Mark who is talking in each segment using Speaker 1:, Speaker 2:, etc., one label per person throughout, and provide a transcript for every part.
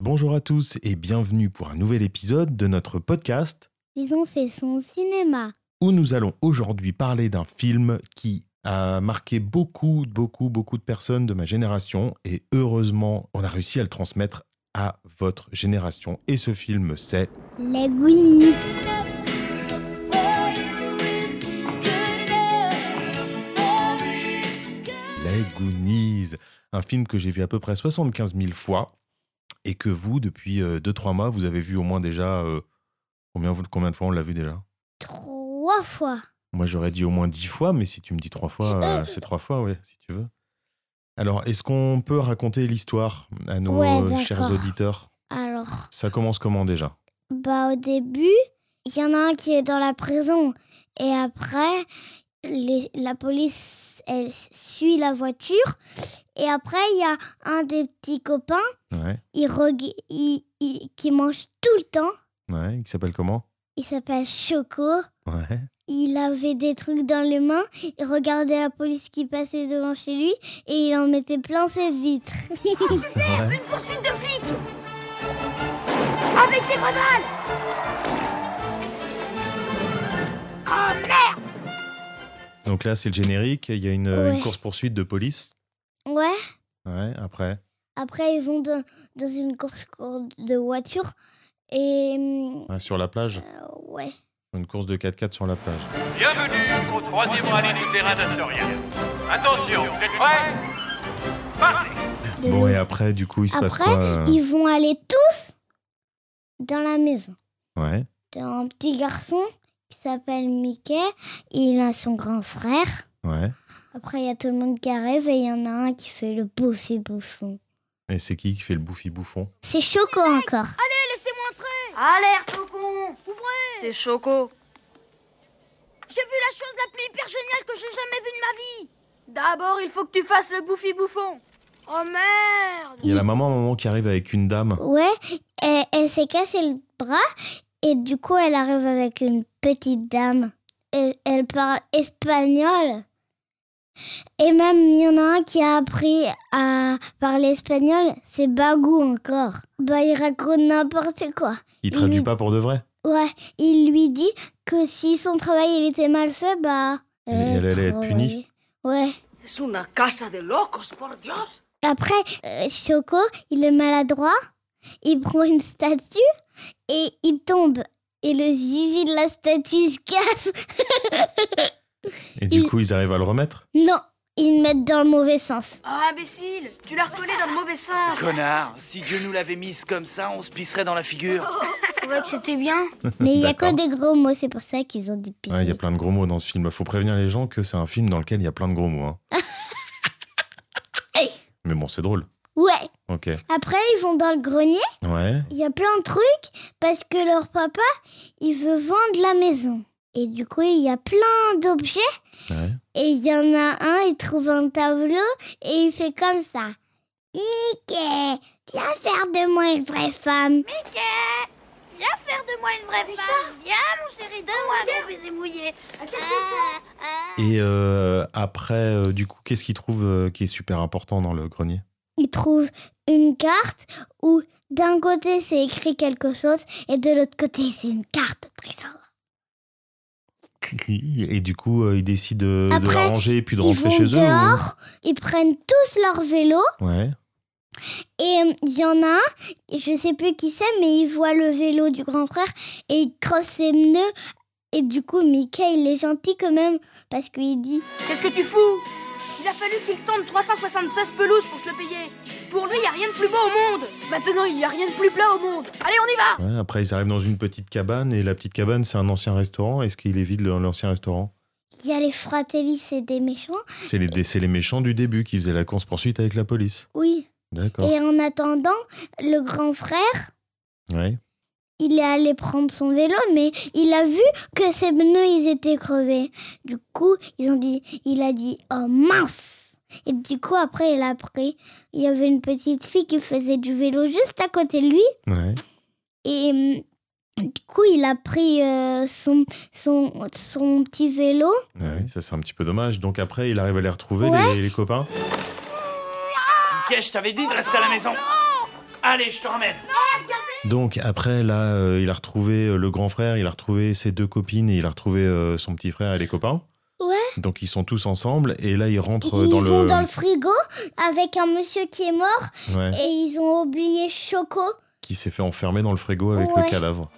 Speaker 1: Bonjour à tous et bienvenue pour un nouvel épisode de notre podcast
Speaker 2: Ils ont fait son cinéma.
Speaker 1: où nous allons aujourd'hui parler d'un film qui a marqué beaucoup, beaucoup, beaucoup de personnes de ma génération et heureusement on a réussi à le transmettre à votre génération et ce film c'est
Speaker 2: Les Goonies.
Speaker 1: Les Goonies, un film que j'ai vu à peu près 75 000 fois et que vous depuis 2-3 mois vous avez vu au moins déjà euh, combien, combien de fois on l'a vu déjà
Speaker 2: Trois fois.
Speaker 1: Moi, j'aurais dit au moins dix fois, mais si tu me dis trois fois, euh, c'est trois fois, oui, si tu veux. Alors, est-ce qu'on peut raconter l'histoire à nos
Speaker 2: Ouais,
Speaker 1: euh,
Speaker 2: d'accord.
Speaker 1: chers auditeurs
Speaker 2: Alors,
Speaker 1: Ça commence comment déjà
Speaker 2: bah au début, il y en a un qui est dans la prison. Et après, les- la police, elle suit la voiture. Et après, il y a un des petits copains
Speaker 1: Ouais,
Speaker 2: il reg- il- il- qui mange tout le temps.
Speaker 1: ouais, qui s'appelle comment
Speaker 2: Il s'appelle Choco.
Speaker 1: Ouais,
Speaker 2: Il avait des trucs dans les mains, il regardait la police qui passait devant chez lui et il en mettait plein ses vitres.
Speaker 1: ouais.
Speaker 3: poursuite de flics Avec des grenades Oh merde
Speaker 1: Donc là, c'est le générique, il y a une, euh, une
Speaker 2: Ouais.
Speaker 1: course-poursuite de police.
Speaker 2: Ouais.
Speaker 1: Ouais, après.
Speaker 2: Après, ils vont dans, dans une course cour- de voiture et. hum,
Speaker 1: Ouais, sur la plage,
Speaker 2: euh, ouais.
Speaker 1: une course de 4x4 sur la plage.
Speaker 4: Bienvenue au troisième rallye du terrain d'Astoria. Attention, vous êtes prêts Partez
Speaker 2: de
Speaker 1: Bon,
Speaker 2: l'eau.
Speaker 1: et après, du coup, il se passe
Speaker 2: Euh, Après,
Speaker 1: quoi euh,
Speaker 2: Ils vont aller tous dans la maison.
Speaker 1: Ouais,
Speaker 2: Il y a un petit garçon qui s'appelle Mickey, il a son grand frère.
Speaker 1: ouais.
Speaker 2: Après, il y a tout le monde qui arrive et il y en a un qui fait le bouffe et bouffon.
Speaker 1: Et c'est qui qui fait le bouffi-bouffon
Speaker 2: C'est Choco encore.
Speaker 3: Laissez-moi entrer Alerte au con Ouvrez
Speaker 5: C'est Choco.
Speaker 3: J'ai vu la chose la plus hyper géniale que j'ai jamais vue de ma vie
Speaker 5: D'abord, il faut que tu fasses le bouffi bouffon.
Speaker 3: Oh merde
Speaker 1: Il y a la maman à un moment qui arrive avec une dame.
Speaker 2: Ouais, elle, elle s'est cassé le bras et du coup elle arrive avec une petite dame. Elle, elle parle espagnol. Et même il y en a un qui a appris à parler espagnol, c'est Bagou encore. Bah il raconte n'importe quoi.
Speaker 1: Il traduit
Speaker 2: Mmh.
Speaker 1: pas pour de vrai.
Speaker 2: Ouais, il lui dit que si son travail il était mal fait, bah...
Speaker 1: Elle- elle allait être punie.
Speaker 2: Ouais.
Speaker 5: C'est une casa de locos, por Dios.
Speaker 2: Après, euh, Choco, il est maladroit, il prend une statue et il tombe. Et le zizi de la statue se casse.
Speaker 1: Et du
Speaker 2: Il-
Speaker 1: coup, ils arrivent à le remettre
Speaker 2: Non, ils le mettent dans le mauvais sens.
Speaker 5: Ah, imbécile, tu l'as recollé dans le mauvais sens.
Speaker 6: Connard, si Dieu nous l'avait mise comme ça, on se pisserait dans la figure.
Speaker 3: Je trouvais que c'était bien
Speaker 2: Mais il y a
Speaker 1: D'accord.
Speaker 2: que des gros mots, c'est pour ça qu'ils ont des pistes.
Speaker 1: Ouais, il y a plein de gros mots dans ce film. Faut prévenir les gens que c'est un film dans lequel il y a plein de gros mots. hein.
Speaker 2: Hey.
Speaker 1: Mais bon, c'est drôle.
Speaker 2: Ouais.
Speaker 1: Ok.
Speaker 2: Après, ils vont dans le grenier.
Speaker 1: Ouais.
Speaker 2: Il y a plein de trucs parce que leur papa, il veut vendre la maison. Et du coup, il y a plein d'objets.
Speaker 1: Ouais.
Speaker 2: Et il y en a un, il trouve un tableau et il fait comme ça. Mickey, viens faire de moi une vraie femme.
Speaker 3: Viens faire de moi une vraie femme Viens mon chéri, donne-moi un gros baiser mouillé
Speaker 1: Et euh, après, euh, du coup, qu'est-ce qu'ils trouvent euh, qui est super important dans le grenier
Speaker 2: Il trouve une carte où d'un côté c'est écrit quelque chose et de l'autre côté c'est une carte de trésor.
Speaker 1: Et du coup, euh, ils décident de, de la
Speaker 2: Après,
Speaker 1: ranger et puis de
Speaker 2: Ils
Speaker 1: rentrer
Speaker 2: vont
Speaker 1: chez eux. hein. ou-
Speaker 2: dehors, ils prennent tous leur vélo
Speaker 1: Ouais.
Speaker 2: et euh, il y en a un, je sais plus qui c'est, mais il voit le vélo du grand frère et il crosse ses pneus. Et du coup, Mickey, il est gentil quand même parce qu'il dit
Speaker 5: Qu'est-ce que tu fous Il a fallu qu'il tente 376 pelouses pour se le payer. Pour lui, il a rien de plus beau au monde. Maintenant, il y a rien de plus plat au monde. Allez, on y va
Speaker 1: Ouais, Après, ils arrivent dans une petite cabane et la petite cabane, c'est un ancien restaurant. Est-ce qu'il est vide le- l'ancien restaurant
Speaker 2: Il y a les Fratelli, c'est des méchants.
Speaker 1: C'est les, c'est les méchants du début qui faisaient la course poursuite avec la police.
Speaker 2: Oui.
Speaker 1: D'accord.
Speaker 2: Et en attendant, le grand frère,
Speaker 1: Ouais.
Speaker 2: il est allé prendre son vélo, mais il a vu que ses pneus, ils étaient crevés. Du coup, ils ont dit, il a dit, oh mince Et du coup, après, il a pris. Il y avait une petite fille qui faisait du vélo juste à côté de lui.
Speaker 1: Ouais.
Speaker 2: Et hum, du coup, il a pris euh, son, son, son petit vélo.
Speaker 1: Ouais, Ça, c'est un petit peu dommage. Donc après, il arrive à les retrouver, les- les copains.
Speaker 6: Mickey, je t'avais dit de rester à la maison. Allez, je te ramène.
Speaker 1: Donc après, là, euh, il a retrouvé euh, le grand frère, il a retrouvé ses deux copines et il a retrouvé euh, son petit frère et les copains.
Speaker 2: Ouais.
Speaker 1: Donc ils sont tous ensemble et là, ils rentrent
Speaker 2: ils
Speaker 1: dans,
Speaker 2: vont
Speaker 1: le...
Speaker 2: dans le frigo avec un monsieur qui est mort
Speaker 1: Ouais,
Speaker 2: et ils ont oublié Choco.
Speaker 1: qui s'est fait enfermer dans le frigo avec
Speaker 2: Ouais.
Speaker 1: le cadavre.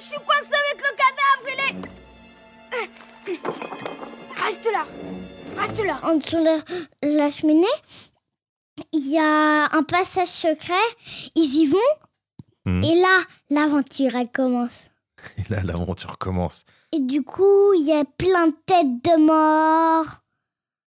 Speaker 3: Je suis coincé avec le cadavre, il est.
Speaker 5: Reste là Reste là
Speaker 2: En dessous de la, la cheminée, il y a un passage secret. Ils y vont
Speaker 1: Mhm.
Speaker 2: et là, l'aventure, elle commence.
Speaker 1: Et là, l'aventure commence.
Speaker 2: Et du coup, il y a plein de têtes de morts,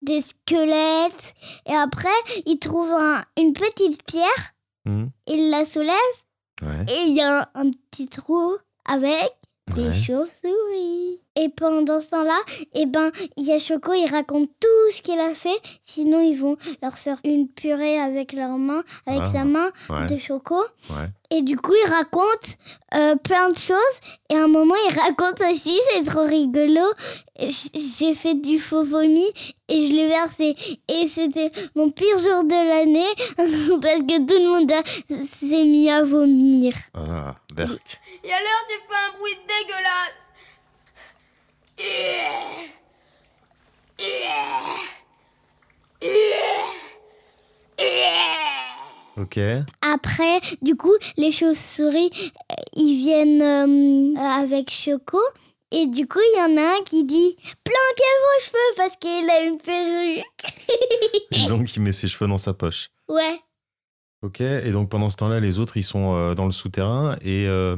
Speaker 2: des squelettes. Et après, ils trouvent un- une petite pierre,
Speaker 1: Mhm.
Speaker 2: ils la soulèvent
Speaker 1: Ouais.
Speaker 2: et il y a un, un petit trou avec des
Speaker 1: Ouais.
Speaker 2: chauves-souris. Et pendant ce temps-là, eh ben, il y a Choco, il raconte tout ce qu'il a fait. Sinon, ils vont leur faire une purée avec leurs mains, avec
Speaker 1: Ah,
Speaker 2: sa main
Speaker 1: ouais.
Speaker 2: de Choco.
Speaker 1: Ouais.
Speaker 2: Et du coup, il raconte euh, plein de choses. Et à un moment, il raconte aussi, c'est trop rigolo. j- J'ai fait du faux vomi et je l'ai versé. Et c'était mon pire jour de l'année parce que tout le monde a- s'est mis à vomir.
Speaker 1: Ah, Berk.
Speaker 3: Et alors, j'ai fait un bruit dégueulasse.
Speaker 1: Ok.
Speaker 2: Après, du coup, les chauves-souris, euh, ils viennent euh, euh, avec Choco. Et du coup, il y en a un qui dit Planquez vos cheveux parce qu'il a une perruque.
Speaker 1: Et donc, il met ses cheveux dans sa poche.
Speaker 2: ouais.
Speaker 1: Ok. Et donc, pendant ce temps-là, les autres, ils sont euh, dans le souterrain et... euh,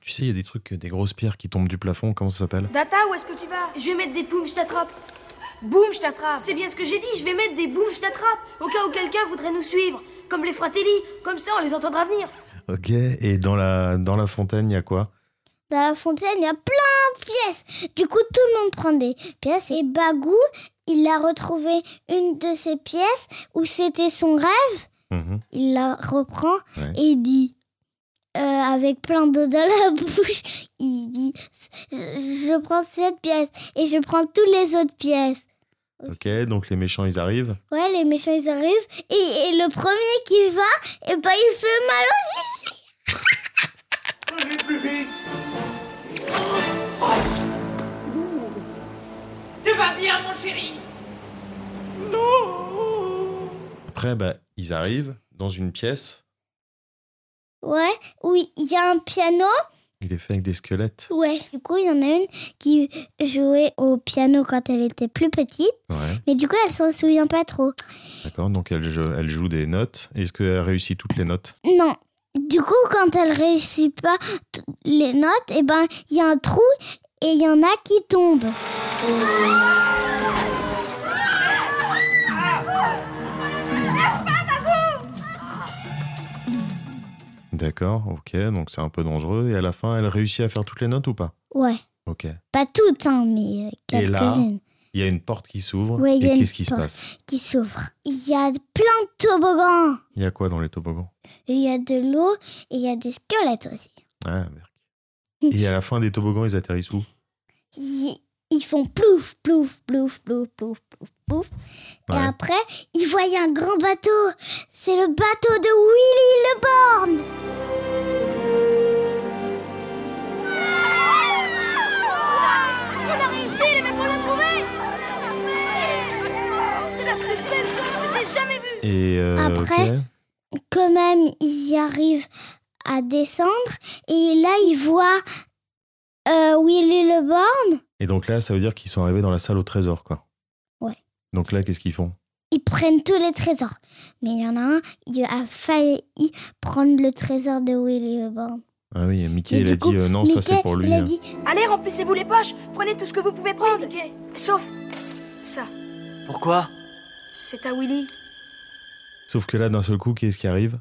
Speaker 1: tu sais, il y a des trucs, des grosses pierres qui tombent du plafond, comment ça s'appelle
Speaker 5: Data, où est-ce que tu vas Je vais mettre des boum, je t'attrape. Boum, je t'attrape. C'est bien ce que j'ai dit, je vais mettre des boum, je t'attrape. Au cas où quelqu'un voudrait nous suivre. Comme les fratelli, comme ça on les entendra venir.
Speaker 1: Ok, et dans la, dans la fontaine, il y a quoi
Speaker 2: Dans la fontaine, il y a plein de pièces. Du coup, tout le monde prend des pièces. Et Bagou, il a retrouvé une de ces pièces où c'était son rêve.
Speaker 1: Mhm.
Speaker 2: Il la reprend
Speaker 1: Ouais.
Speaker 2: et il dit, euh, avec plein d'eau dans la bouche, il dit je, je prends cette pièce et je prends toutes les autres pièces.
Speaker 1: Ok, donc les méchants, ils arrivent.
Speaker 2: Ouais, les méchants ils arrivent et, et le premier qui va, et ben il se fait mal
Speaker 6: Plus vite.
Speaker 1: Après, bah, ils arrivent dans une pièce.
Speaker 2: au. Ouais, oui, il y a un piano.
Speaker 1: Il est fait avec des squelettes.
Speaker 2: Ouais, du coup il y en a une qui jouait au piano quand elle était plus petite,
Speaker 1: Ouais,
Speaker 2: mais du coup elle s'en souvient pas trop.
Speaker 1: d'accord. Donc elle, joue- elle joue des notes. Est-ce qu'elle réussit toutes les notes
Speaker 2: Non. Du coup, quand elle réussit pas t- les notes, eh ben, il y a un trou et il y en a qui tombent.
Speaker 1: D'accord, ok. Donc c'est un peu dangereux. Et à la fin, elle réussit à faire toutes les notes ou pas
Speaker 2: Ouais.
Speaker 1: Ok.
Speaker 2: Pas toutes, hein, mais euh,
Speaker 1: Et là
Speaker 2: quelques-unes
Speaker 1: Il y a une porte qui s'ouvre.
Speaker 2: Ouais, il y a
Speaker 1: et
Speaker 2: une
Speaker 1: qu'est-ce qui se
Speaker 2: porte.
Speaker 1: passe
Speaker 2: qui s'ouvrent. Il y a plein de toboggans.
Speaker 1: Il y a quoi dans les toboggans
Speaker 2: Il y a de l'eau et il y a des squelettes aussi.
Speaker 1: Ah, merde. Et à la fin des toboggans, ils atterrissent où
Speaker 2: Ils, ils font plouf, plouf, plouf, plouf, plouf, plouf, plouf.
Speaker 1: Ouais.
Speaker 2: Et après, ils voient un grand bateau. C'est le bateau de Willy le Borgne.
Speaker 5: On a réussi, les mecs, on l'a trouvé C'est la plus belle chose que j'ai jamais vue
Speaker 1: Et euh,
Speaker 2: Après-
Speaker 1: ok.
Speaker 2: quand même, ils y arrivent à descendre. Et là, ils voient euh, Willy le Borgne.
Speaker 1: Et donc là, ça veut dire qu'ils sont arrivés dans la salle au trésor, quoi.
Speaker 2: Ouais.
Speaker 1: Donc là, qu'est-ce qu'ils font
Speaker 2: Ils prennent tous les trésors. Mais il y en a un, il a failli prendre le trésor de Willy le Borgne.
Speaker 1: Ah oui, Mickey,
Speaker 2: Mais
Speaker 1: il
Speaker 2: du
Speaker 1: a
Speaker 2: coup,
Speaker 1: dit euh, non, ça
Speaker 2: Mickey,
Speaker 1: c'est pour lui.
Speaker 2: il a
Speaker 1: hein.
Speaker 2: dit,
Speaker 5: Allez, remplissez-vous les poches, prenez tout ce que vous pouvez prendre. Sauf ça,
Speaker 6: Pourquoi
Speaker 5: c'est à Willy.
Speaker 1: Sauf que là, d'un seul coup, qu'est-ce qui arrive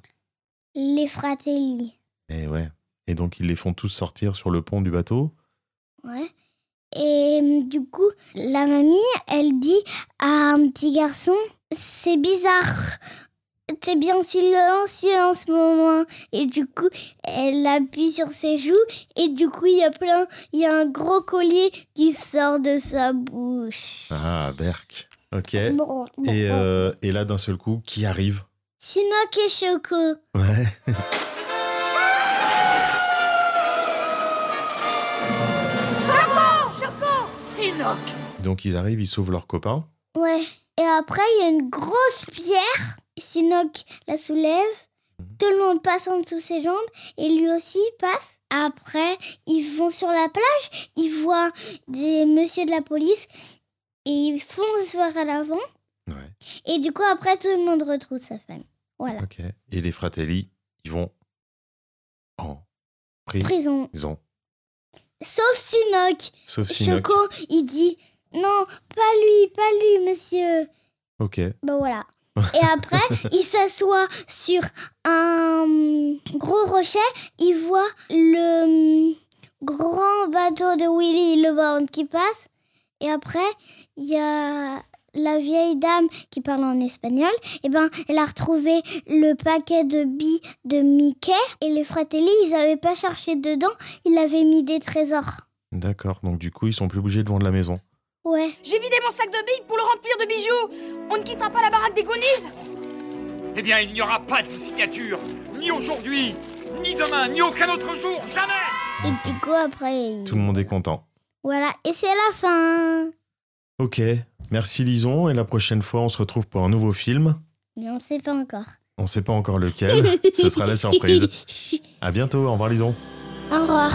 Speaker 2: les fratelli.
Speaker 1: Et ouais. Et donc, ils les font tous sortir sur le pont du bateau.
Speaker 2: Ouais. Et hum, du coup, la mamie, elle dit à un petit garçon, c'est bizarre. T'es bien silencieux en ce moment. Et du coup, elle appuie sur ses joues. Et du coup, il y a plein, il y a un gros collier qui sort de sa bouche.
Speaker 1: Ah, Berk. Ok.
Speaker 2: Bon, bon,
Speaker 1: Et,
Speaker 2: bon.
Speaker 1: euh, et là, d'un seul coup, qui arrive
Speaker 2: Sinoc et Choco.
Speaker 1: Ouais.
Speaker 6: Sinoc
Speaker 1: Donc ils arrivent, ils sauvent leur copain.
Speaker 2: Ouais. Et après, il y a une grosse pierre. Sinoc la soulève. Tout le monde passe en dessous ses jambes et lui aussi passe. Après, ils vont sur la plage, ils voient des messieurs de la police et ils foncent vers l'avant.
Speaker 1: Ouais.
Speaker 2: Et du coup, après, tout le monde retrouve sa famille. Voilà.
Speaker 1: Ok. Et les Fratelli, ils vont en prison.
Speaker 2: Prison. Sauf Sinoc.
Speaker 1: Sauf Sinoc.
Speaker 2: Choco, il dit Non, pas lui, pas lui, monsieur.
Speaker 1: Ok.
Speaker 2: Bah voilà. Et après, il s'assoit sur un gros rocher. Il voit le hum, grand bateau de Willy le Born qui passe. Et après, il y a la vieille dame qui parle en espagnol. Et ben, elle a retrouvé le paquet de billes de Mickey. Et les fratelli, ils n'avaient pas cherché dedans. Ils avaient mis des trésors.
Speaker 1: D'accord. Donc du coup, ils sont plus obligés de vendre la maison.
Speaker 2: Ouais.
Speaker 5: J'ai vidé mon sac de billes pour le remplir de bijoux. On ne quittera pas la baraque des gonises
Speaker 4: Eh bien, il n'y aura pas de signature, ni aujourd'hui, ni demain, ni aucun autre jour, jamais
Speaker 2: Et du coup, après, il-
Speaker 1: Tout le monde est content.
Speaker 2: voilà. Et c'est la fin.
Speaker 1: Ok. Merci Lison. Et la prochaine fois, on se retrouve pour un nouveau film.
Speaker 2: Mais on sait pas encore.
Speaker 1: On sait pas encore lequel. Ce sera la surprise. À bientôt. Au revoir Lison.
Speaker 2: Au revoir.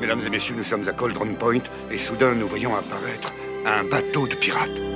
Speaker 7: Mesdames et messieurs, nous sommes à Cauldron Point et soudain nous voyons apparaître un bateau de pirates.